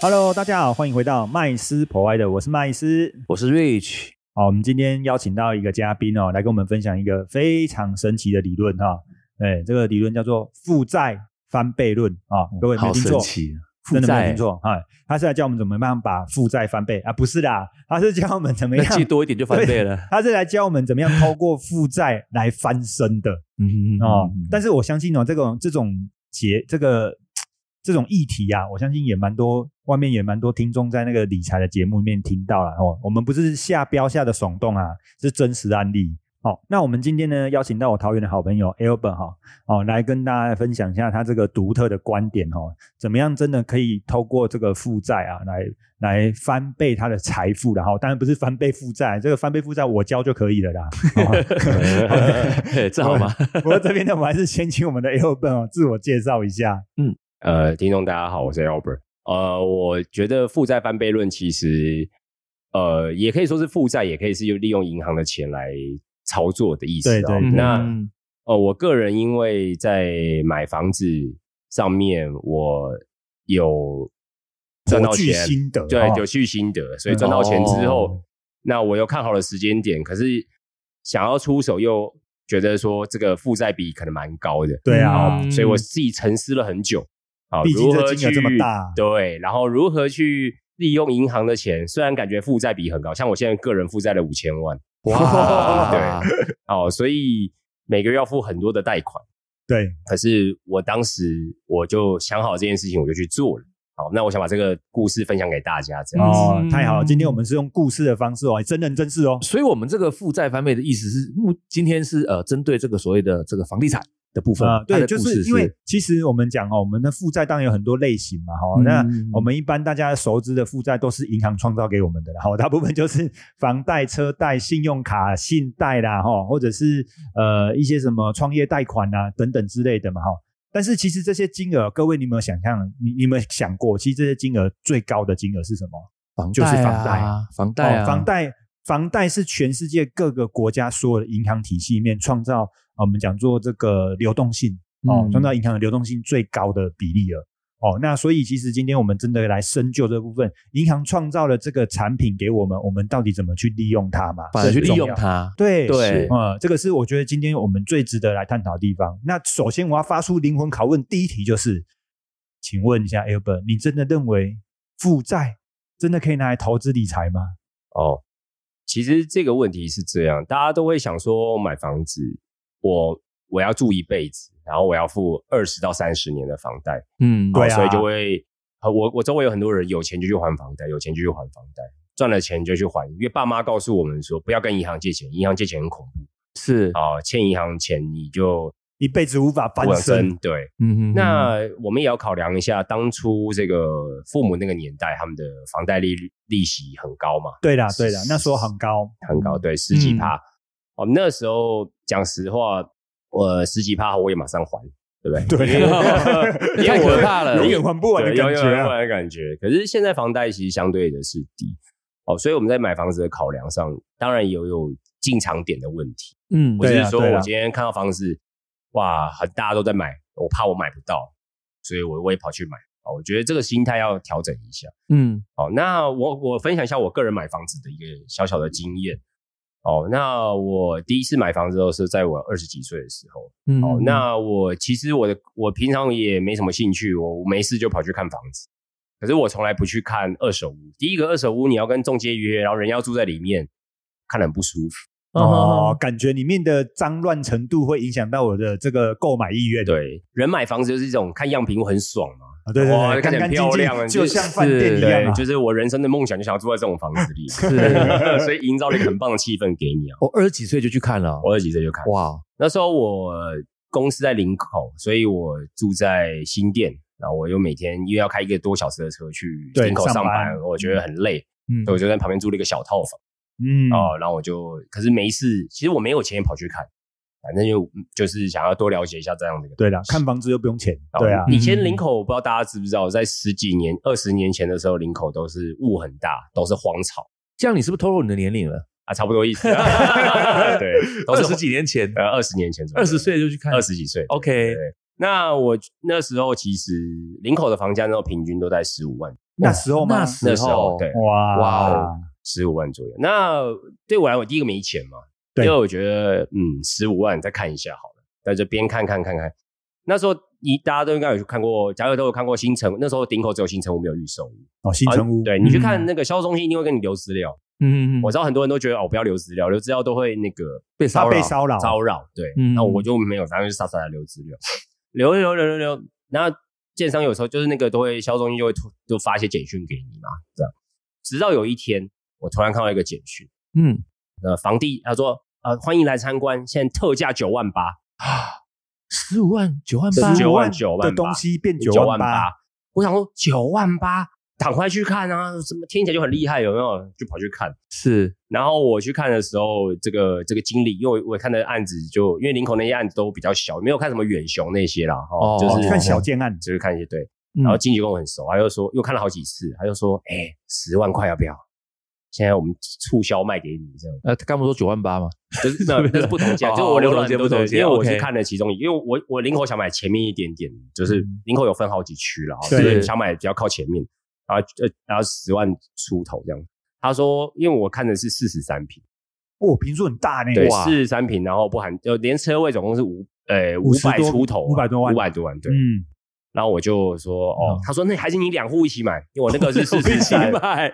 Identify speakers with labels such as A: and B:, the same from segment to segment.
A: Hello，大家好，欢迎回到麦斯 Provider，我是麦斯。
B: 我是 Rich，
A: 好，我们今天邀请到一个嘉宾哦，来跟我们分享一个非常神奇的理论哈、对，这个理论叫做负债翻倍论啊、各位没
B: 好
A: 听错
B: 神。奇啊，
A: 真的没
B: 负债
A: 有听错啊！他是来教我们怎么样把负债翻倍啊？不是啦，他是教我们怎么
B: 那
A: 样
B: 记多一点就翻倍了。
A: 他是来教我们怎么样通过负债来翻身的
B: 嗯
A: 哦。但是我相信哦，这种这种节这个这种议题啊，我相信也蛮多，外面也蛮多听众在那个理财的节目里面听到了哦。我们不是下标下的耸动啊，是真实案例。哦，那我们今天呢，邀请到我桃园的好朋友 Albert 哈、哦，来跟大家分享一下他这个独特的观点哦，怎么样真的可以透过这个负债啊，来来翻倍他的财富然后当然不是翻倍负债，这个翻倍负债我交就可以了啦。哦
B: 嘿这好吗？
A: 不过这边呢，我们还是先请我们的 Albert 哦自我介绍一下。
C: 呃，听众大家好，我是 Albert。呃，我觉得负债翻倍论其实，呃，也可以说是负债，也可以是用利用银行的钱来操作的意思、
A: 对
C: 哦。
A: 对对
C: 那
B: 嗯
C: 呃，我个人因为在买房子上面，我有赚到
A: 颇具
C: 钱，
A: 心得
C: 对
A: 哦，嗯
C: 有去心得，所以赚到钱之后，
B: 哦
C: 那我又看好了时间点，可是想要出手又觉得说这个负债比可能蛮高的，
A: 对啊，
B: 嗯
C: 哦所以我自己沉思了很久。好，
A: 毕竟
C: 如何
A: 这金额这么
C: 去
A: 大
C: 对，然后如何去利用银行的钱？虽然感觉负债比很高，像我现在个人负债了五千万，
B: 哇，对，
C: 哦，所以每个月要付很多的贷款。
A: 对，
C: 可是我当时我就想好这件事情，我就去做了。好，那我想把这个故事分享给大家，这样子。
A: 哦，
B: 嗯
A: 太好了！今天我们是用故事的方式哦，真人真事哦。
B: 所以我们这个负债翻倍的意思是，目今天是呃针对这个所谓的这个房地产的部分
A: 啊，
B: 它
A: 对，
B: 的
A: 就
B: 故事
A: 是因为其实我们讲哦，我们的负债当然有很多类型嘛，哈、哦
B: 嗯
A: 那我们一般大家熟知的负债都是银行创造给我们的啦，哈、大部分就是房贷、车贷、信用卡、信贷啦，哈、或者是呃一些什么创业贷款啊等等之类的嘛，哈、但是其实这些金额，各位你有没有想象？你你有没有想过，其实这些金额最高的金额是什么？
B: 房
A: 就是
B: 贷
A: 房贷
B: 啊，房贷
A: 哦
B: 啊，
A: 房贷，房贷是全世界各个国家所有的银行体系里面创造，啊我们讲做这个流动性哦，
B: 嗯
A: 创造银行的流动性最高的比例了。哦，那所以其实今天我们真的来深究这部分，银行创造了这个产品给我们，我们到底怎么去利用它嘛？
B: 反而去
A: 这很
B: 利
A: 重
B: 用
A: 要。
B: 它，
A: 对
B: 对
A: 嗯，这个是我觉得今天我们最值得来探讨的地方。那首先我要发出灵魂拷问，第一题就是，请问一下 Albert，你真的认为负债真的可以拿来投资理财吗？
C: 哦，其实这个问题是这样，大家都会想说买房子，我我要住一辈子，然后我要付二十到三十年的房贷，
B: 嗯，
A: 对啊
C: 所以就会，呃我我周围有很多人有钱就去还房贷，有钱就去还房贷，赚了钱就去还，因为爸妈告诉我们说不要跟银行借钱，银行借钱很恐怖
B: 是，
C: 啊、欠银行钱你就
A: 一辈子无法翻
C: 不能
A: 身。
C: 跟对，
B: 嗯嗯嗯
C: 那我们也要考量一下当初这个父母那个年代，他们的房贷利率利息很高嘛，
A: 对啦，对啦，那时候很高，
C: 很高，对，十几趴。哦，那时候讲实话，我十几趴我也马上还，对不对？
A: 对
C: 因为因
B: 太
C: 为我
B: 可怕了
A: 永远还不完的
C: 对
A: 感
C: 永远
A: 觉
C: 还
A: 啊。
C: 不完的感觉。可是现在房贷其实相对的是低，哦，所以我们在买房子的考量上，当然也有有进场点的问题，
B: 嗯
C: 不是
A: 对啊
C: 说
A: 对啊
C: 我今天看到房子，哇，很大家都在买，我怕我买不到，所以我我也跑去买。哦，我觉得这个心态要调整一下。
B: 嗯
C: 哦，那我我分享一下我个人买房子的一个小小的经验。哦，那我第一次买房子的时候是在我二十几岁的时候。
B: 嗯
C: 哦，
B: 嗯
C: 那我其实我的我平常也没什么兴趣，我我没事就跑去看房子。可是我从来不去看二手屋。第一个，二手屋你要跟中介约，然后人要住在里面，看得很不舒服。
A: 哦，感觉里面的脏乱程度会影响到我的这个购买意愿。
C: 对，人买房子就是一种看样品，我很爽嘛。
A: 啊，对对
C: 哇
A: 对，
C: 看
A: 干
C: 起来
A: 干
C: 很
A: 净
C: 漂亮
A: 净，就
C: 啊就是
A: 像饭店一
B: 对
A: 样啊。
C: 就是我人生的梦想，就想要住在这种房子里，
B: 是
C: 所以营造了一个很棒的气氛给你啊。
B: 我二十几岁就去看了，
C: 我二十几岁就看，
B: 哇，
C: 那时候我公司在林口，所以我住在新店，然后我又每天因为要开一个多小时的车去
A: 对
C: 林口
A: 上
C: 上班，
A: 班
C: 我觉得很累，
B: 嗯
C: 所以我就在旁边租了一个小套房。
A: 嗯
C: 哦，然后我就可是没事，其实我没有钱也跑去看，反正就就是想要多了解一下这样的一个。
A: 对了，看房子又不用钱，对啊，
C: 以前林口我不知道大家知不知道，在十几年、二十年前的时候，林口都是雾很大，都是荒草
B: 这样你是不是透露你的年龄了？
C: 啊，差不多意思。啊对，都
B: 二
C: 是
B: 十几年前，
C: 呃二十年前左右，
B: 二十岁哦就去看
C: 二十几岁。
B: ，OK，
C: 对那我那时候其实林口的房价那时候平均都在十五万，
A: 那时候吗
B: 那？
C: 那
B: 时
C: 时候
B: 候
C: 对，
A: 哇
C: 哇哦，十五万左右。那对我来，我第一个没钱嘛，
A: 对
C: 第二我觉得嗯，十五万再看一下好了，在这边看看看看。那时候你大家都应该有去看过，假如都有看过新城，那时候顶口只有新城屋没有预售屋，
A: 哦，新城屋，
C: 啊对你去看
A: 嗯
C: 那个销售中心，一定会跟你留资料。
B: 嗯嗯嗯
C: 我知道很多人都觉得哦，不要留资料，留资料都会那个
B: 被
A: 他
B: 骚
A: 被
B: 扰，
A: 骚扰，
C: 骚扰。对，
B: 嗯
C: 那我就没有，反正就傻傻的留资料，留留留留留。那建商有时候就是那个都会销售中心就会突就发一些简讯给你嘛，这样。直到有一天，我突然看到一个简讯，
B: 嗯，
C: 呃，房地他说呃欢迎来参观，现在特价九万八，
B: 十五万九万八
C: 十，九
A: 9
C: 万
A: 万
C: 九万
A: 的东西变
C: 九
A: 9
C: 万
A: 万
C: 八
A: 八。
C: 我想说九万八，赶快去看啊！什么听起来就很厉害，有没有？就跑去看。
B: 是
C: 然后我去看的时候，这个这个经理，因为我我看的案子就因为林口那些案子都比较小，没有看什么远雄那些啦，哈、
B: 哦
C: 就是
A: 看小件案，
C: 就是看一些对。
B: 嗯
C: 然后经纪跟我很熟，他就说又看了好几次，他就说哎十万块要不要？现在我们促销卖给你这样。
B: 呃，他刚不是说九万八吗？
C: 就是那那是不同价，
B: 哦
C: 就是我留了很多
B: 不同
C: 的，
B: 街
C: 因为我
B: 不同街
C: 是
B: ，OK
C: 看了其中一，因为我我林口想买前面一点点，就是林口有分好几区啦，
A: 对
C: 就是想买比较靠前面，然后呃然后十万出头这样。他说，因为我看的是四十三平，
A: 哦，平数很大呢，
C: 对，
A: 哇
C: 四十三平，然后不含呃连车位总共是五呃五
A: 50
C: 百
A: 多
C: 出头啊，
A: 500多万
C: 五百多万对。
A: 嗯，
C: 然后我就说哦
B: 嗯，
C: 他说那还是你两户一起买，因为我那个是四十三，
B: 买，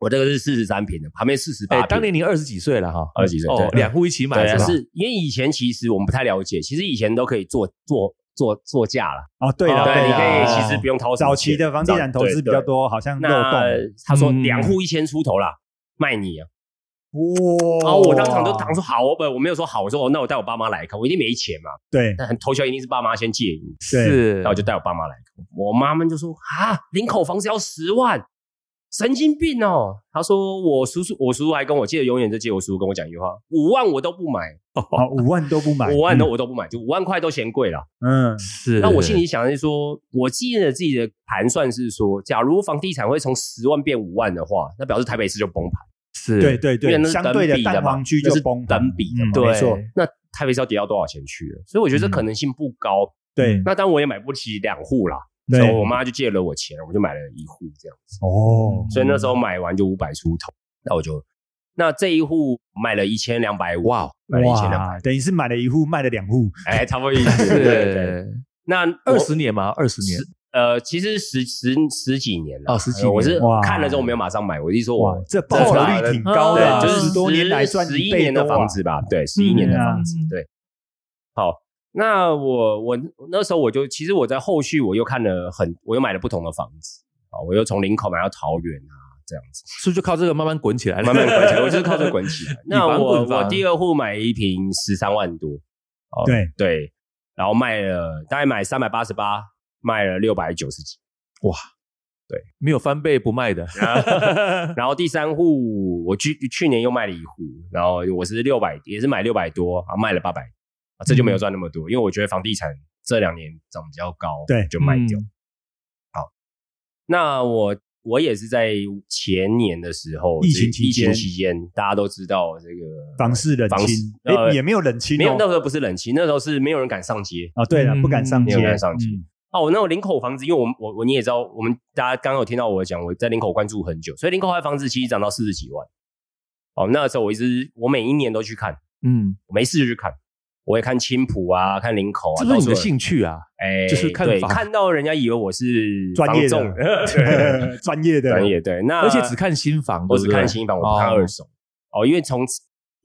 C: 我这个是四十三平的，旁边四十
B: 哎
C: 八，，
B: 当年你二十几岁了哈，
C: 二十几岁
B: 哦，
C: 对
B: 两户一起买
C: 对啊，
B: 吧？
C: 是因为以前其实我们不太了解，其实以前都可以做做做做价了，
A: 哦，对了，
B: 哦
C: 对，你
A: 啦
C: 可以
B: 哦
C: 其实不用掏什么
A: 早期
C: 钱
A: 的房地产投资比较。
C: 对对
A: 多，好像漏
C: 那
A: 洞，
C: 他说
B: 嗯
C: 两户一千出头啦，卖你啊！
A: 哇哦
C: 然哦后我当场就当场说好，我不我没有说好，我说哦，那我带我爸妈来看，我一定没钱嘛，
A: 对
C: 但很头球一定是爸妈先借你，
A: 对，
B: 是，
C: 然后我就带我爸妈来看，我妈们就说啊，林口房子要十万。神经病哦！他说我叔叔，我叔叔还跟我借，永远就借我叔叔跟我讲一句话：五万我都不买，
A: 好哦五万都不买，
C: 五万都我都不买，就五万块都嫌贵了。
A: 嗯，
B: 是。
C: 那我心里想的是说，我记得自己的盘算是说，假如房地产会从十万变五万的话，那表示台北市就崩盘，
B: 是
A: 对对
C: 因为
A: 对，
C: 那是
A: 相
C: 等
A: 对
C: 比的
A: 蛋
C: 嘛
A: 黄区
C: 那
A: 就是崩盘，
C: 等比的嘛
A: 嗯
B: 对
A: 没错，嗯
C: 那台北市要跌到多少钱去了？所以我觉得这可能性不高。
A: 对
C: 那当然我也买不起两户啦，所以
A: 对，
C: 我妈就借了我钱，我就买了一户这样子。
A: 哦，
C: 所以那时候买完就五百出头，那我就那这一户买了一千两百五，
B: 哇，
C: 买了一千两百，
A: 哇，等于是买了一户，卖了两户，
C: 哎，差不多意 思。对对对。
B: 是
C: 那
B: 二
C: 我
B: 十年嘛，二十年
C: 呃，其实十十十几年了呃
B: 哦十几年
C: 哎我是
A: 哇
C: 看了之后没有马上买，我是说
A: 哇
C: 我，
A: 这报酬率挺高的啊，
B: 对
C: 就是
A: 十多年来算
C: 十一
A: 倍
C: 年的
A: 多啊
C: 房子吧，对，十一年的房子
B: 嗯，
C: 对。好，那我我那时候我就其实我在后续我又看了很，我又买了不同的房子啊，我又从林口买到桃园啊，这样子
B: 是不是就靠这个慢慢滚起来了？
C: 慢慢滚起来，我就是靠这滚起 来。那
B: 以房
C: 我
B: 滚房
C: 我第二户买一瓶十三万多，哦
A: 对
C: 对，然后卖了大概买三百八十八，卖了六百九十几。
B: 没有翻倍不卖的，
C: 然后第三户，我去去年又卖了一户，然后我是六百，也是买六百多啊，卖了八百、啊，这就没有赚那么多，因为我觉得房地产这两年涨比较高，
A: 对嗯
C: 就卖掉。好，那我我也是在前年的时候，
A: 疫情
C: 就是
A: 期
C: 疫
A: 间
C: 情期间，大家都知道这个
A: 房市冷
C: 房市
A: 清，
C: 呃
A: 哎，也没有冷清
C: 没有那
A: 哦，
C: 时候不是冷清，那时候是没有人敢上街。
A: 啊，对了，不敢上
B: 嗯
C: 没
A: 街
C: 有，人敢上街
A: 嗯
C: 哦，我那种林口房子，因为我们我我你也知道，我们大家刚刚有听到我讲，我在林口关注很久，所以林口的房子其实涨到四十几万。哦，那个时候我一直我每一年都去看，
B: 嗯，
C: 我没事就去看，我也看青浦啊，看林口啊，
B: 这不是
C: 到
B: 你
C: 处
B: 的
C: 有
B: 兴趣啊？
C: 哎，
B: 就是看
C: 对
B: 房
C: 看到人家以为 我是
A: 专业
C: 房仲对
A: 的， 专业的，
C: 专业对，那
B: 而且只看新房，
C: 我只
B: 对不对
C: 看新房，我不看二
B: 哦
C: 手哦，因为从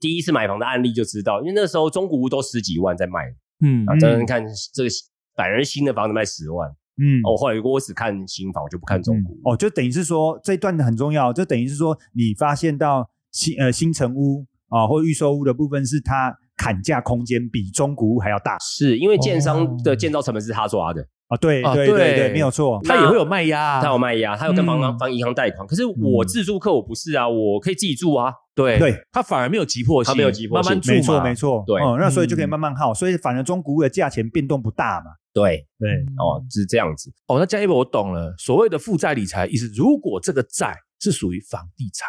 C: 第一次买房的案例就知道，因为那时候中古屋都十几万在卖，
B: 嗯
C: 啊，
A: 嗯
C: 真的看这个反而新的房子卖十万。
A: 嗯，
C: 哦，后来如果我只看新房，我就不看中古
A: 嗯。哦，就等于是说这一段很重要，就等于是说你发现到新呃新城屋啊、或预售屋的部分是它砍价空间比中古屋还要大
B: 哦
C: 是因为建商的建造成本是他抓的，
A: 啊，对
B: 啊
A: 对对
B: 对
A: 对，没有错，
B: 他也会有卖压啊，
C: 他有卖压，他有跟房
B: 嗯
C: 房银行贷款。可是我自住客我不是啊，我可以自己住啊。
B: 对
A: 对，
B: 他反而没有急迫性，
C: 他没有急迫
B: 慢
C: 性
B: 慢住
A: 没错
B: 嘛，
A: 没错，
C: 对
A: 嗯，那所以就可以
B: 嗯
A: 慢慢耗，所以反而中古屋的价钱变动不大嘛，
C: 对，
A: 对，
B: 嗯
C: 哦，是这样子。
B: 哦，那嘉一博我懂了，所谓的负债理财意思，如果这个债是属于房地产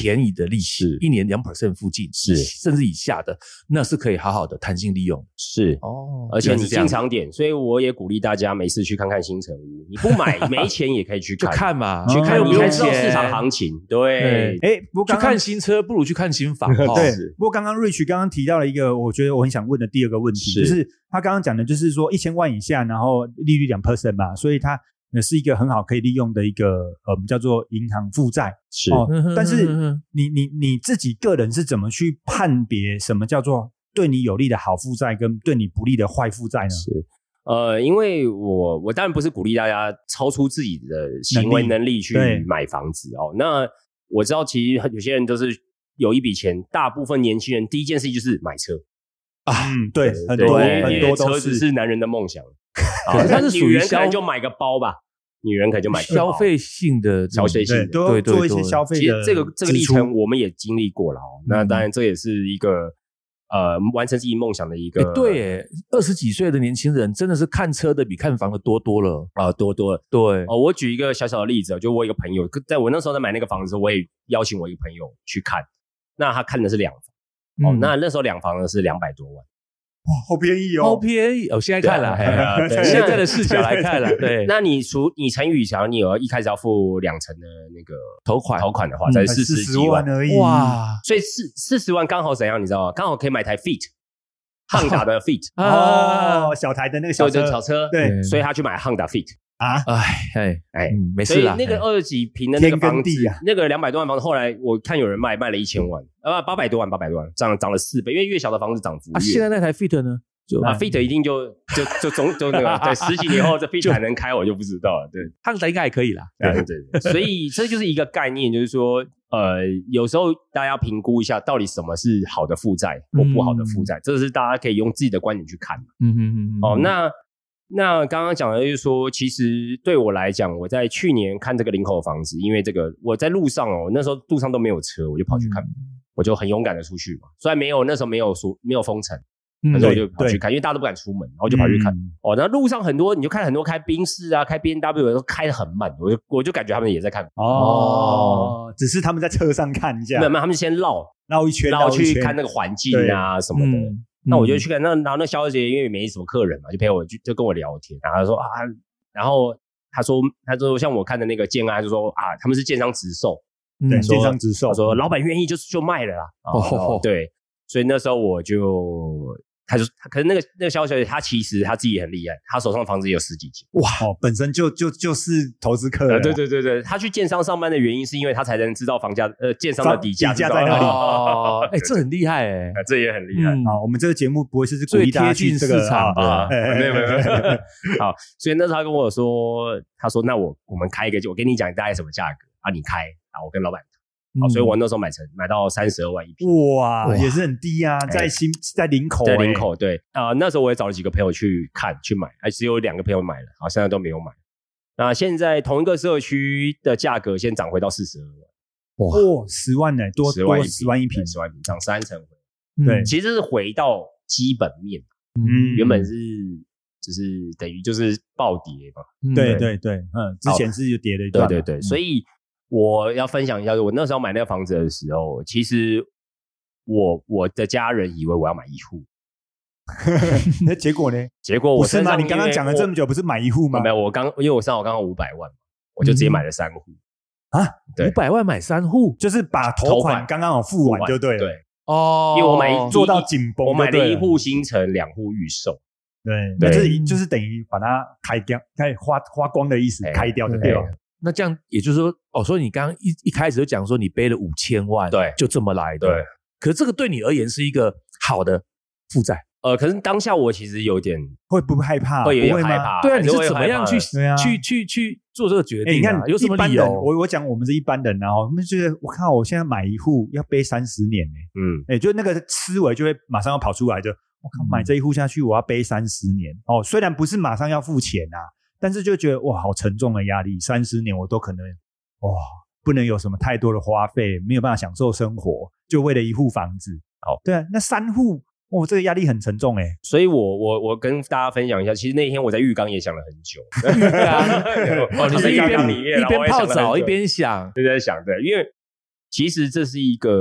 B: 便宜的利息
C: 是，
B: 一年两 percent 附近
C: 是
B: 甚至以下的，那是可以好好的弹性利用。
C: 是，
B: 哦
C: 而且你
B: 是这样
C: 进，场点，所以我也鼓励大家没事去看看新城屋。你不 买没钱也可以去
B: 就
C: 看，
B: 看嘛，
A: 去
C: 去
A: 看
C: 看
B: 又
A: 你
B: 不
C: 你
B: 用
C: 才知道
B: 钱
C: 市场行情。对，
A: 哎，不过
B: 去
A: 刚刚
B: 看新车不如去看新 房，哦
A: 对
C: 是，
A: 不过刚刚 Rich 刚刚提到了一个，我觉得我很想问的第二个问题，
C: 是
A: 就是他刚刚讲的，就是说一千万以下，然后利率两 percent 嘛，所以它呃是一个很好可以利用的一个呃，我们叫做银行负债
C: 是
A: 哦
B: 嗯哼。
A: 但是
B: 嗯哼
A: 你你你自己个人是怎么去判别什么叫做对你有利的好负债跟对你不利的坏负债呢？
C: 是。呃，因为我我当然不是鼓励大家超出自己的行为能力去
A: 对
C: 买房子哦。那我知道，其实很有些人都是有一笔钱，大部分年轻人第一件事就是买车，
A: 嗯，对，很
C: 对
A: 多
C: 因为
A: 很多
C: 车
A: 都
C: 子
A: 是
C: 是男人的梦想。 啊
B: 可是它是
C: 那
B: 属于
C: 女人可
B: 消
C: 能就买个包吧，女人可能就买个包
B: 消。费性的
C: 消费性
A: 对，
C: 的
A: 都要
B: 对对
A: 做一些
B: 对
A: 消费
C: 其
A: 的
C: 实这个这个历
A: 支出
C: 程我们也经历过了哦。那
A: 嗯
C: 当然，这也是一个呃完成自己梦想的一
B: 哎
C: 个，
B: 对耶，二十几岁的年轻人真的是看车的比看房的多多了啊，多多了。对，
C: 哦，我举一个小小的例子哦，就我有一个朋友，在我那时候在买那个房子的时候，我也邀请我一个朋友去看，那他看的是两房，哦
B: 嗯，
C: 那那时候两房呢是两百多万，
A: 好便宜
B: 好
A: 哦，
B: 便宜哦，现在看了，
C: 对啊
B: 嘿
C: 对
B: 现在的视角来看了，对，
C: 那你除你乘以想要你有一开始要付两成的那个
B: 头款嗯
C: 头款的话，才四十
A: 十
C: 几万，
A: 而已，
B: 哇
C: 所以四四十万刚好怎样，你知道吗？刚好可以买台 Fit，汉 达的 Fit，
B: 啊
A: 哦，，小台的那个小
C: 所以就
A: 车
C: 是小车，
A: 对
C: 所以他去买汉达 Fit，
B: 哎哎
C: 哎
B: 嗯没
C: 所
B: 事
C: 以
B: 啦，
C: 那个
B: 哎
C: 二十几平的那个
A: 天跟
C: 房子
A: 地啊，
C: 那个两百多万房子，后来我看有人卖，卖了一千万，啊，八百多万，八百多万，涨涨了四倍，因为越小的房子涨幅
B: 啊，
C: 越
B: 现在那台 Fit 呢，就
C: 啊，Fit 一定就就就总就那个，对，十几年后这 Fit 还能开，我就不知道了。对，
B: 汉达应该还可以 啦，
C: 对对对，所以这就是一个概念，就是说，呃，有时候大家评估一下，到底什么是好的负债或不好的负债，这是大家可以用自己的观点去看。
B: 嗯哼嗯
C: 哦，那那刚刚讲的就是说，其实对我来讲，我在去年看这个林口的房子，因为这个我在路上哦，那时候路上都没有车，我就跑去看，
A: 嗯
C: 我就很勇敢的出去嘛。虽然没有那时候没有说没有封城，
B: 那
C: 但是我
A: 嗯对
C: 就跑去看，因为大家都不敢出门，然后我就跑去看。
A: 嗯
C: 哦，那路上很多你就看很多开宾士啊、开 B N W 都开的很慢，我就我就感觉他们也在看，
A: 哦，只是他们在车上看一下
C: 没有，没有，他们先绕
A: 绕一啊圈，
C: 绕
A: 一
C: 去
A: 圈
C: 看那个环境啊什么的。
B: 嗯
C: 那我就去看，那然后那小姐因为没什么客人嘛，就陪我去，就跟我聊天，然后她说啊，然后她说她说像我看的那个建安，她就说啊，他们是建商直售，
A: 对，
B: 嗯
A: 线上直售
C: 她，说老板愿意就就卖了啦，
B: 哦吼吼
C: 对，所以那时候我就。她就，她可是那个那个小姐，她其实她自己也很厉害，她手上的房子也有十几间。
A: 哦，本身就就就是投资客
C: 呃
A: 了，
C: 对对对对，她去建商上班的原因是因为她才能知道房价，呃，建商的
A: 房
C: 底价
A: 底价
C: 知道
A: 在哪里
B: 哦，哎，这很厉害哎，
C: 呃 这也很厉害。
B: 嗯
A: 啊，我们这个节目不会是鼓
B: 最
A: 励大家
B: 贴
A: 去
B: 近
A: 这
B: 市
A: 个
B: 场
A: 啊，
B: 的
C: 啊，
A: 哎哎
C: 没有没有，没有
A: 哎哎
C: 好，所以那时候他跟我说，他说那我我们开一个，就我跟你讲大概什么价格啊，你开啊，我跟老板谈，哦
B: 嗯
C: 好，
A: 嗯
C: 所以我那时候买成买到三十二万一平，
A: 哇，
B: 哇
A: 也是很低啊，在新在林口，
C: 在
A: 哎
C: 林，口对啊、那时候我也找了几个朋友去看去买，啊，只有两个朋友买了，好，现在都没有买。那现在同一个社区的价格先涨回到四十二万，
A: 哦，十万呢，多
C: 10万一
A: 多
C: 平
A: 十万一平，
C: 十万一平涨三成回，
B: 嗯
A: 对
C: 其实是回到基本面，
A: 嗯
C: 原本是就是等于就是暴跌嘛，
A: 对对对，嗯，之前是就跌了一
C: 对
A: 段嘛，嗯
C: 对对，所
A: 以
C: 以我要分享一下，我那时候买那个房子的时候，其实我我的家人以为我要买一户，
A: 那结果呢？
C: 结果
A: 不
C: 我
A: 是
C: 身
A: 吗？
C: 上
A: 你刚刚讲了这么久，不是买一户
C: 久
A: 吗嗯
C: 没？有，我刚因为我上好刚好五百万嘛，我就直接买了三户，对
B: 五百万买三户
A: 就是 把头
C: 头
A: 款
C: 款
A: 刚刚好付完
C: 完
A: 就对了，
C: 对，
B: 哦
C: 因为我买一
A: 做到紧绷就对了
C: 我买了一户新城，两户预售，
A: 对，那就
C: 对
A: 是就是等于把它开掉，开花花光的意思，
C: 哎
A: 开掉就对了。
B: 那这样也就是说，哦，所以你刚刚一一开始就讲说你背了五千万，
C: 对
B: 就这么来的，
C: 对。
B: 可是这个对你而言是一个好的负债，
C: 呃，可是当下我其实有点
A: 会不会害怕？
C: 会有
A: 不
C: 点
A: 吗
C: 害。怕，
B: 对啊，
C: 还
B: 你是
C: 会
B: 怎么
C: 害
B: 样
C: 怕
B: 去
C: 的
A: 对啊
B: 去去去做这个决
A: 哎、
B: 定？啊
A: 你
C: 啊
A: 看，
B: 有什么
A: 一般
B: 理
A: 人，
B: 由？
A: 我我讲我们是一般人啊，我们就觉得我靠，我现在买一户要背三十年呢、
C: 嗯，
A: 哎、就那个思维就会马上要跑出来就我靠，买这一户下去，我要背三十年哦。虽然不是马上要付钱啊，但是就觉得哇，好沉重的压力，三十年我都可能哇，不能有什么太多的花费，没有办法享受生活，就为了一户房子。
C: 好，
A: 对啊，那三户，哇，这个压力很沉重哎、
C: 所以我我我跟大家分享一下，其实那天我在浴缸也想了很 久。对啊
B: 哦，你是一
C: 在浴缸
B: 边
C: 里面，
B: 一
C: 然后我
B: 边
C: 也想
B: 泡
C: 了很
B: 澡一
C: 久
B: 边想，
C: 就在想，对，因为其实这是一个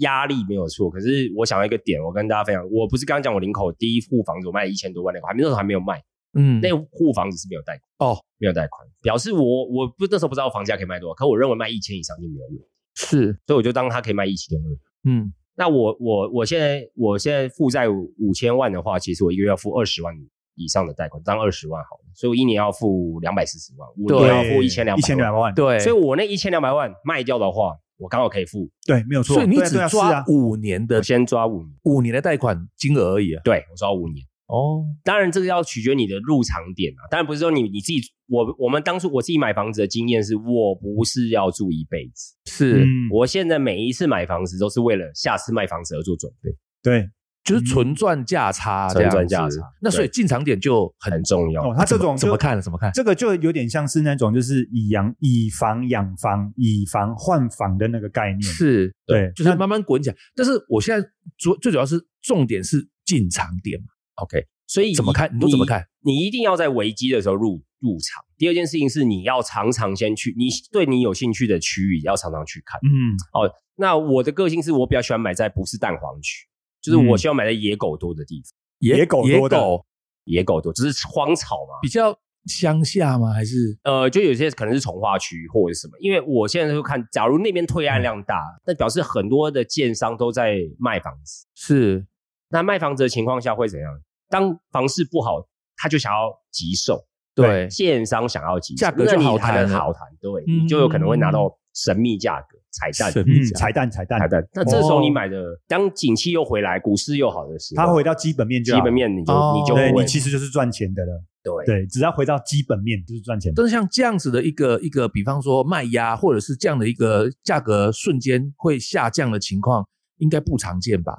C: 压力没有错，可是我想到一个点，我跟大家分享，我不是刚刚讲我林口第一户房子我卖了一千多万那个，还没那时候还没有卖，
B: 嗯，
C: 那户房子是没有贷款
B: 哦，
C: 没有贷款，表示我我不那时候不知道房价可以卖多少，可我认为卖一千以上就没有问题，
B: 是，
C: 所以我就当它可以卖一千二。
B: 嗯，
C: 那我我我现在我现在负债五五千万的话，其实我一个月要付二十万以上的贷款，当二十万好了，所以我一年要付两百四十万，我
B: 对
C: 年要付一千两
A: 一千两百万，
B: 对，
C: 所以我那一千两百万卖掉的话，我刚好可以付，
A: 对，没有错。
B: 所以你
A: 对啊
B: 只
A: 对啊是
B: 抓
A: 啊
B: 五年的
C: 我先抓五年，
B: 五年的贷款金额而已啊。
C: 对我抓五年。
B: 哦，
C: 当然，这个要取决你的入场点啊。当然不是说你你自己，我我们当初我自己买房子的经验是，我不是要住一辈子，
B: 是，
A: 嗯，
C: 我现在每一次买房子都是为了下次卖房子而做准备，
B: 嗯
A: 对
B: 就是
A: 嗯
B: 纯赚价差这样子，
C: 纯赚价差
B: 那所以进场点就很
C: 很重要。
A: 哦，他这种
B: 怎么
A: 就
B: 看？怎么看？
A: 这个就有点像是那种就是以养以房养房，以房换房的那个概念。
B: 是，
A: 对
B: 就是慢慢滚起来。但是我现在主最主要是重点是进场点嘛。
C: OK，所以
B: 怎么看你都怎么看
C: 你？你一定要在危机的时候入入场。第二件事情是，你要常常先去你对你有兴趣的区域，要常常去看。
A: 嗯，
C: 那我的个性是我比较喜欢买在不是蛋黄区，就是我
A: 嗯
C: 希望买在野狗多的地方。
A: 野狗
B: 野
A: 多的
B: 狗
C: 野狗多，只是荒草嘛。
B: 比较乡下吗？还是
C: 呃，就有些可能是从化区或者什么，因为我现在就看，假如那边推
B: 嗯
C: 案量大，那表示很多的建商都在卖房子。
B: 是
C: 那卖房子的情况下会怎样？当房市不好，他就想要急售，
B: 对
C: 建商想要急售，
B: 价格
C: 那
B: 就
C: 你
B: 好谈
C: 谈，
B: 了
C: 好谈，对，
B: 嗯
C: 你就有可能会拿到神秘价格、彩蛋、
B: 神秘
A: 嗯，
B: 价
A: 彩蛋彩蛋
C: 彩，蛋。那这时候
B: 哦
C: 你买的，当景气又回来，股市又好的时候，
A: 他回到基本面就
C: 基
A: 好
C: 本，面，你就
B: 哦
C: 你就
A: 对
C: 会
A: 你其实就是赚钱的了。
C: 对
A: 对，只要回到基本面就是赚钱的。
B: 但是像这样子的一个一个，比方说卖压，或者是这样的一个价格瞬间会下降的情况，应该不常见吧？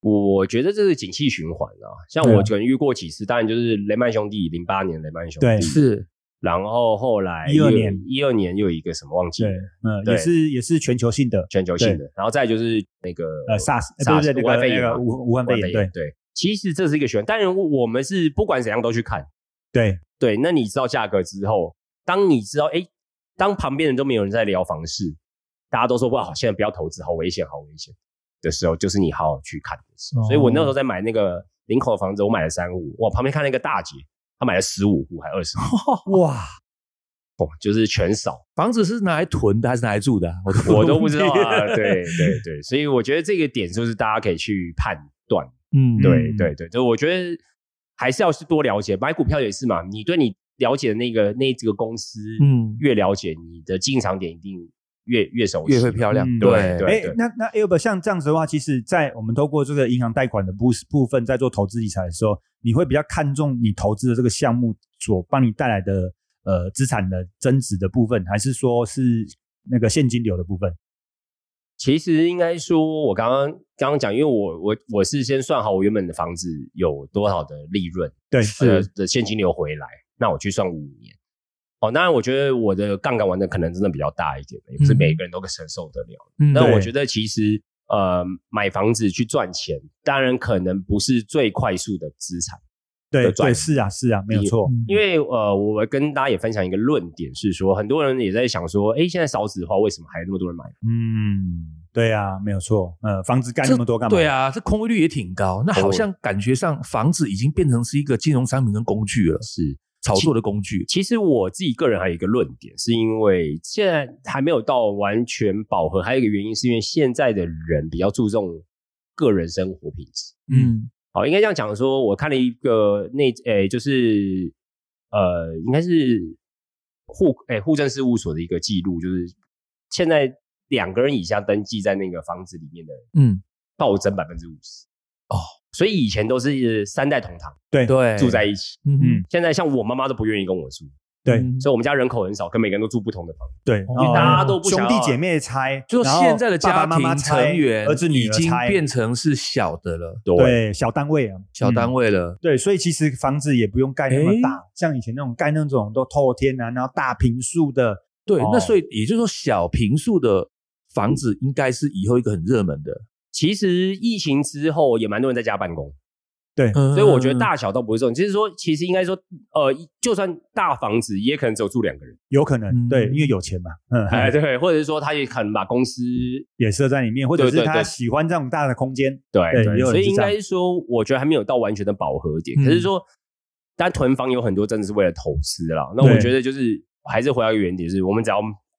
C: 我觉得这是景气循环啊，像
A: 对啊
C: 我可能遇过几次，当然就是雷曼兄弟零八年雷曼兄
A: 对
C: 弟，
B: 是
C: 然后后来
A: 12年
C: 一二年又有一个什么忘记
A: 对
C: 了，，
A: 嗯，
C: 对
A: 也是也是全球性的，
C: 全球性的，然后再就是那个
A: 呃，SARS，呃
C: SARS
A: 不是那
C: 武汉
A: 个
C: 肺炎
A: 那
C: 嘛
A: 个武武汉肺炎，对
C: 对，其实这是一个循环，当然我们是不管怎样都去看，
A: 对，
C: 对，那你知道价格之后，当你知道哎，当旁边人都没有人在聊房市，大家都说哇，现在不要投资，好危险，好危险的时候，就是你好好去看的时候。
B: 哦
C: 所以我那时候在买那个林口的房子，我买了三户，我旁边看了一个大姐，她买了十五户还二十户，
A: 哇，
C: 哦就是全 少，
B: 房子是拿来囤的还是拿来住的啊、我都
C: 我都不知道 啊。对对对，所以我觉得这个点就是大家可以去判断。
B: 嗯
C: 对
A: 嗯
C: 对对，就我觉得还是要去多了解，买股票也是嘛，你对你了解的那个那这个公司，
B: 嗯
C: 越了解，你的进场点一定越越熟悉，
B: 越会漂亮，
A: 嗯
B: 对
C: 对
A: 哎，那那 Albert 像这样子的话，其实，在我们透过这个银行贷款的部部分，在做投资理财的时候，你会比较看重你投资的这个项目所帮你带来的呃资产的增值的部分，还是说是那个现金流的部分？
C: 其实应该说，我刚刚刚刚讲，因为我我我是先算好我原本的房子有多少的利润，
A: 对，
C: 呃的现金流回来，那我去算五年。哦，当然，我觉得我的杠杆玩的可能真的比较大一点，也不是
B: 嗯
C: 每一个人都可以承受得了。
B: 嗯
C: 那
A: 对
C: 我觉得其实呃，买房子去赚钱，当然可能不是最快速的资产，
A: 对
C: 的转
A: 对，
C: 移
A: 是啊是啊，没有错，
B: 嗯
C: 因为呃，我跟大家也分享一个论点是说，很多人也在想说，哎，现在少子化，为什么还有那么多人买？
A: 嗯，对啊，没有错，呃，房子盖
B: 这
A: 那么多干嘛？
B: 对，啊，这空位率也挺高，那好像感觉上房子已经变成是一个金融商品跟工具了，
C: 是，
B: 炒作的工具。
C: 其实我自己个人还有一个论点，是因为现在还没有到完全饱和，还有一个原因是因为现在的人比较注重个人生活品质。
B: 嗯，
C: 好，应该这样讲说，我看了一个那诶、就是呃，应该是户诶、户政事务所的一个记录，就是现在两个人以下登记在那个房子里面的，
B: 嗯，
C: 暴增百分之五十
B: 哦。
C: 所以以前都是三代同堂
A: 对
B: 对，
C: 住在一起，
B: 嗯
A: 嗯
B: 嗯
C: 现在像我妈妈都不愿意跟我住，
A: 对
C: 所以我们家人口很少，跟每个人都住不同的房子。
A: 对，
B: 哦
A: 然后
C: 大家都不
A: 兄
C: 想要
A: 弟姐妹拆，
B: 就
A: 然后
B: 现在的
A: 爸
B: 家
A: 爸妈妈
B: 庭
A: 拆
B: 成员
A: 儿子女
B: 已
A: 儿
B: 经
A: 拆
B: 变成是小的了，
A: 对小单位啊，
B: 小单
A: 位。
B: 位了。
A: 对，所以其实房子也不用盖那么大，像以前那种盖那种都透天啊，然后大平数的，
B: 对，
A: 哦
B: 那所以也就是说，小平数的房子应该是以后一个很热门的。
C: 其实疫情之后也蛮多人在家办公，
B: 所嗯
C: 所以我觉得大小倒不是重点，就是说，其实应该说，呃，就算大房子也可能只有住 两个人，
A: 有可能、
B: 嗯
A: 对，因为有钱嘛，嗯，
C: 哎，对，或者是说他也可能把公司
A: 也设在里面，或者
C: 对
A: 是
C: 对
A: 他
C: 对
A: 喜欢这种大的空间，
C: 对，
A: 对也有
C: 所
A: 人
C: 以
A: 是
C: 应
A: 这样
C: 该说，我觉得还没有到完全的饱和点。
B: 嗯
C: 可是说，但囤房有很多真的是为了投资啦。那我
A: 对
C: 觉得就是还是回到原点，就是我们只要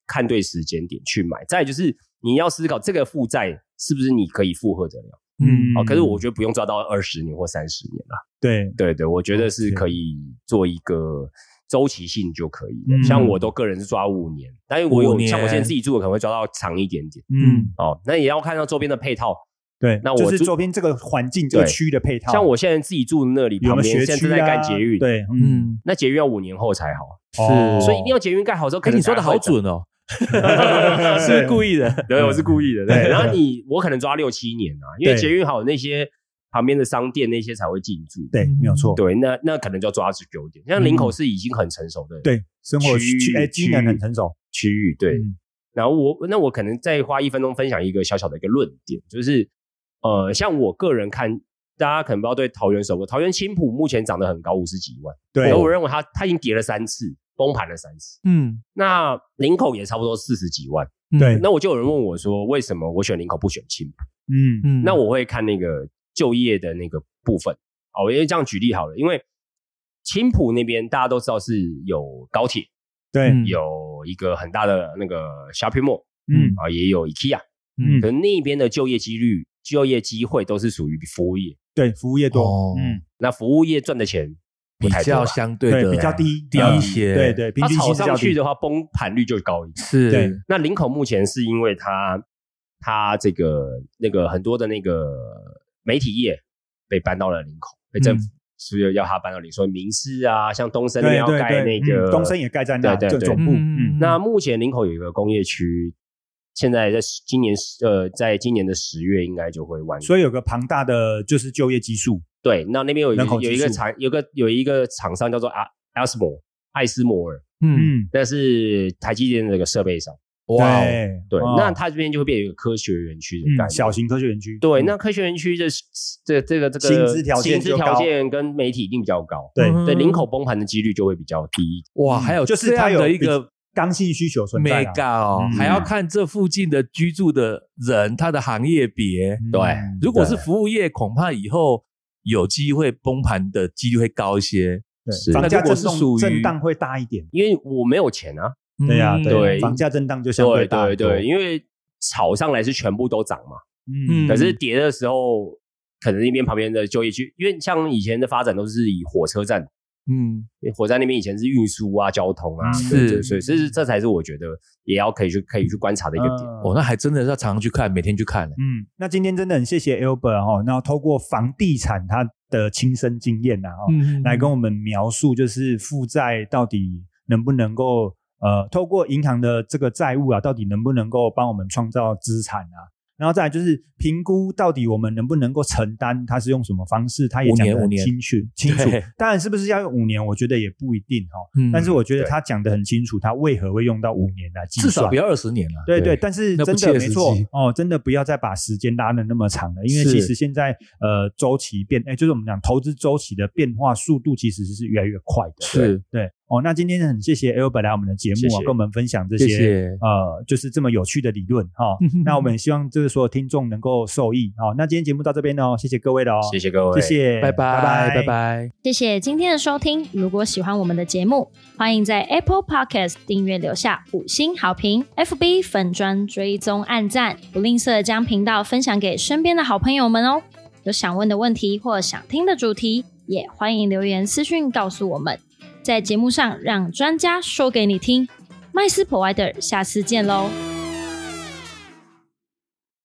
C: 看对时间点去买。再来就是你要思考这个负债是不是你可以负荷得了。
A: 嗯
C: 哦，可是我觉得不用抓到二十年或三十年啦。
A: 对
C: 对对，我觉得是
A: OK
C: 可以做一个周期性就可以了。
A: 嗯
C: 像我都个人是抓五年，但是我
B: 五
C: 有
B: 年
C: 像我现在自己住，我可能会抓到长一点点。
A: 嗯
C: 哦，那也要看到周边的配套。
A: 对，
C: 那我
A: 就是
C: 住
A: 周边这个环境这个区的配套，
C: 像我现在自己住那里，
A: 有
C: 旁
A: 没有
C: 边
A: 学
C: 现在
A: 区
C: 正
A: 啊
C: 在盖捷运，，
A: 对，嗯，
B: 嗯，
C: 那捷运要五年后才好，
A: 哦
C: 所以一定要捷运盖好之后，可
B: 哎，
C: 能
B: 你说的
C: 才会
B: 好准哦，
A: 对
B: 是不是故意的。
C: 对，我是故意的。
A: 对
C: 对，然后你我可能抓六七年啊，因为
A: 对
C: 捷运好那些旁边的商店那些才会进驻。
A: 对，没有错，
C: 对，那那可能就要抓十九点。像林口是已经很成熟的
A: 对，生活
C: 区域
A: 区哎，机能很成熟，
C: 区域，对。
A: 嗯
C: 然后我那我可能再花一分钟分享一个小小的一个论点，就是呃，像我个人看，大家可能不知道对桃园熟不？桃园青浦目前涨得很高，五十几万。
A: 对
C: 而，我认为它它已经跌了三次，崩盘了三次。
B: 嗯，
C: 那林口也差不多四十几万。
B: 嗯
A: 对
C: 那我就有人问我说，为什么我选林口不选青浦？
A: 嗯
B: 嗯
C: 那我会看那个就业的那个部分。哦，因为这样举例好了，因为青浦那边大家都知道是有高铁，
A: 对，
B: 嗯
C: 有一个很大的那个 shopping mall
A: 嗯
C: 啊，也有 IKEA，
A: 嗯
C: 可，是那边的就业几率、就业机会都是属于服务业。
A: 对，服务业多，
B: 哦
A: 嗯，
C: 那服务业赚的钱不
B: 比
C: 太多
B: 较
C: 啦，
B: 相对
A: 对，
B: 的
A: 比较低
B: 低
A: 嗯
B: 一些
A: 对对，平
C: 它
A: 均
C: 炒
A: 薪
C: 上去
A: 的，
C: 的话，崩盘率就高一点。
A: 对
B: 是，嗯
C: 那林口目前是因为它它这个那个很多的那个媒体业被搬到了林口，被政府所以要它搬到林口，所以民事啊，像东
A: 嗯对
C: 升要
A: 对
C: 盖
A: 对，
C: 那个
A: 嗯东升也盖在那
C: 对
A: 这
C: 对对
A: 总。部，嗯，
C: 那目前林口有一个工业区，现在在今年呃，在今年的十月应该就会完工。
A: 所以有个庞大的就是就业基数，
C: 对，那那边有一个
A: 人口基
C: 有一个
A: 数
C: 厂，有个有一个厂商叫做阿阿斯摩艾斯摩尔，
B: 嗯，
A: 嗯，
C: 那是台积电的那个设备商。
B: 哇哦，
A: 对
C: 对，
A: 哦
C: 那它这边就会变有一个科学园区的概念。
A: 嗯小型科学园区，
C: 对，
A: 嗯
C: 那科学园区的这这个这
A: 薪
C: 个
A: 资条件
C: 薪资
A: 就
C: 条
A: 高
C: 件跟媒体一定比较高，
A: 对
B: 嗯
C: 对林口崩盘的几率就会比较低。
B: 哇，还有
A: 就是它
B: 这样
A: 有
B: 的一个
A: 刚性需求存在
B: mega
A: 啊，
B: 哦，
A: 嗯
B: 还要看这附近的居住的人，他的行业别。
A: 嗯
C: 对
B: 如果是服务业，恐怕以后有机会崩盘的几率会高一些。
A: 对
C: 是
A: 房价
B: 那如果
A: 震
B: 是
A: 动
B: 属于
A: 震荡会大一点，
C: 因为我没有钱啊，
A: 对呀
B: 嗯，
C: 对
A: 房价震荡就相
C: 对
A: 大
C: 对
A: 很多，
C: 对，因为炒上来是全部都涨嘛，
A: 嗯，
C: 可是跌的时候，可能那边旁边的就业区，因为像以前的发展都是以火车站，
B: 嗯，
C: 因为火车站那边以前是运输啊、交通啊，
B: 嗯
C: 对
B: 是
C: 对，所以这是这才是我觉得也要可以去可以去观察的一个
A: 嗯
C: 点。
B: 哦，那还真的是要常常去看，每天去看。
A: 嗯，那今天真的很谢谢 Albert 哈、哦，那透过房地产他的亲身经验呐、啊、哦，
B: 嗯
A: 来跟我们描述就是负债到底能不能够呃，透过银行的这个债务啊，到底能不能够帮我们创造资产啊？然后再来就是评估到底我们能不能够承担，它是用什么方式，它也
B: 五
A: 讲
B: 年
A: 得很
B: 五年
A: 清 楚清楚
B: 对。
A: 当然是不是要用五年，我觉得也不一定哦。
B: 嗯
A: 但是我觉得
C: 对
A: 他讲得很清楚，他为何会用到五年来计
B: 至
A: 算，
B: 少不要二十年了。
A: 对对，，但是
B: 那不
A: 真
B: 切
A: 的没
B: 实
A: 错
B: 际
A: 哦，真的不要再把时间拉的那么长了，因为其
B: 是
A: 实现在呃周期变，哎，就是我们讲投资周期的变化速度其实是越来越快的。
B: 是
A: 对哦，那今天很谢谢 Albert 来我们的节目
C: 谢
A: 啊，
C: 谢
A: 跟我们分享这
B: 谢
A: 些
B: 谢。
A: 呃，就是这么有趣的理论哈。哦 那我们也希望就是所有听众能够受益哦。那今天节目到这边哦，谢谢各位了哦，
C: 谢谢各位，
A: 谢谢，
B: 拜拜
A: 拜
B: 拜。拜。
D: 谢谢今天的收听。如果喜欢我们的节目，欢迎在 Apple Podcast 订阅留下五星好评，FB 粉砖追踪按赞，不吝啬将频道分享给身边的好朋友们哦。有想问的问题或想听的主题，也欢迎留言私讯告诉我们，在节目上让专家说给你听。麦斯 Provider，下次见喽。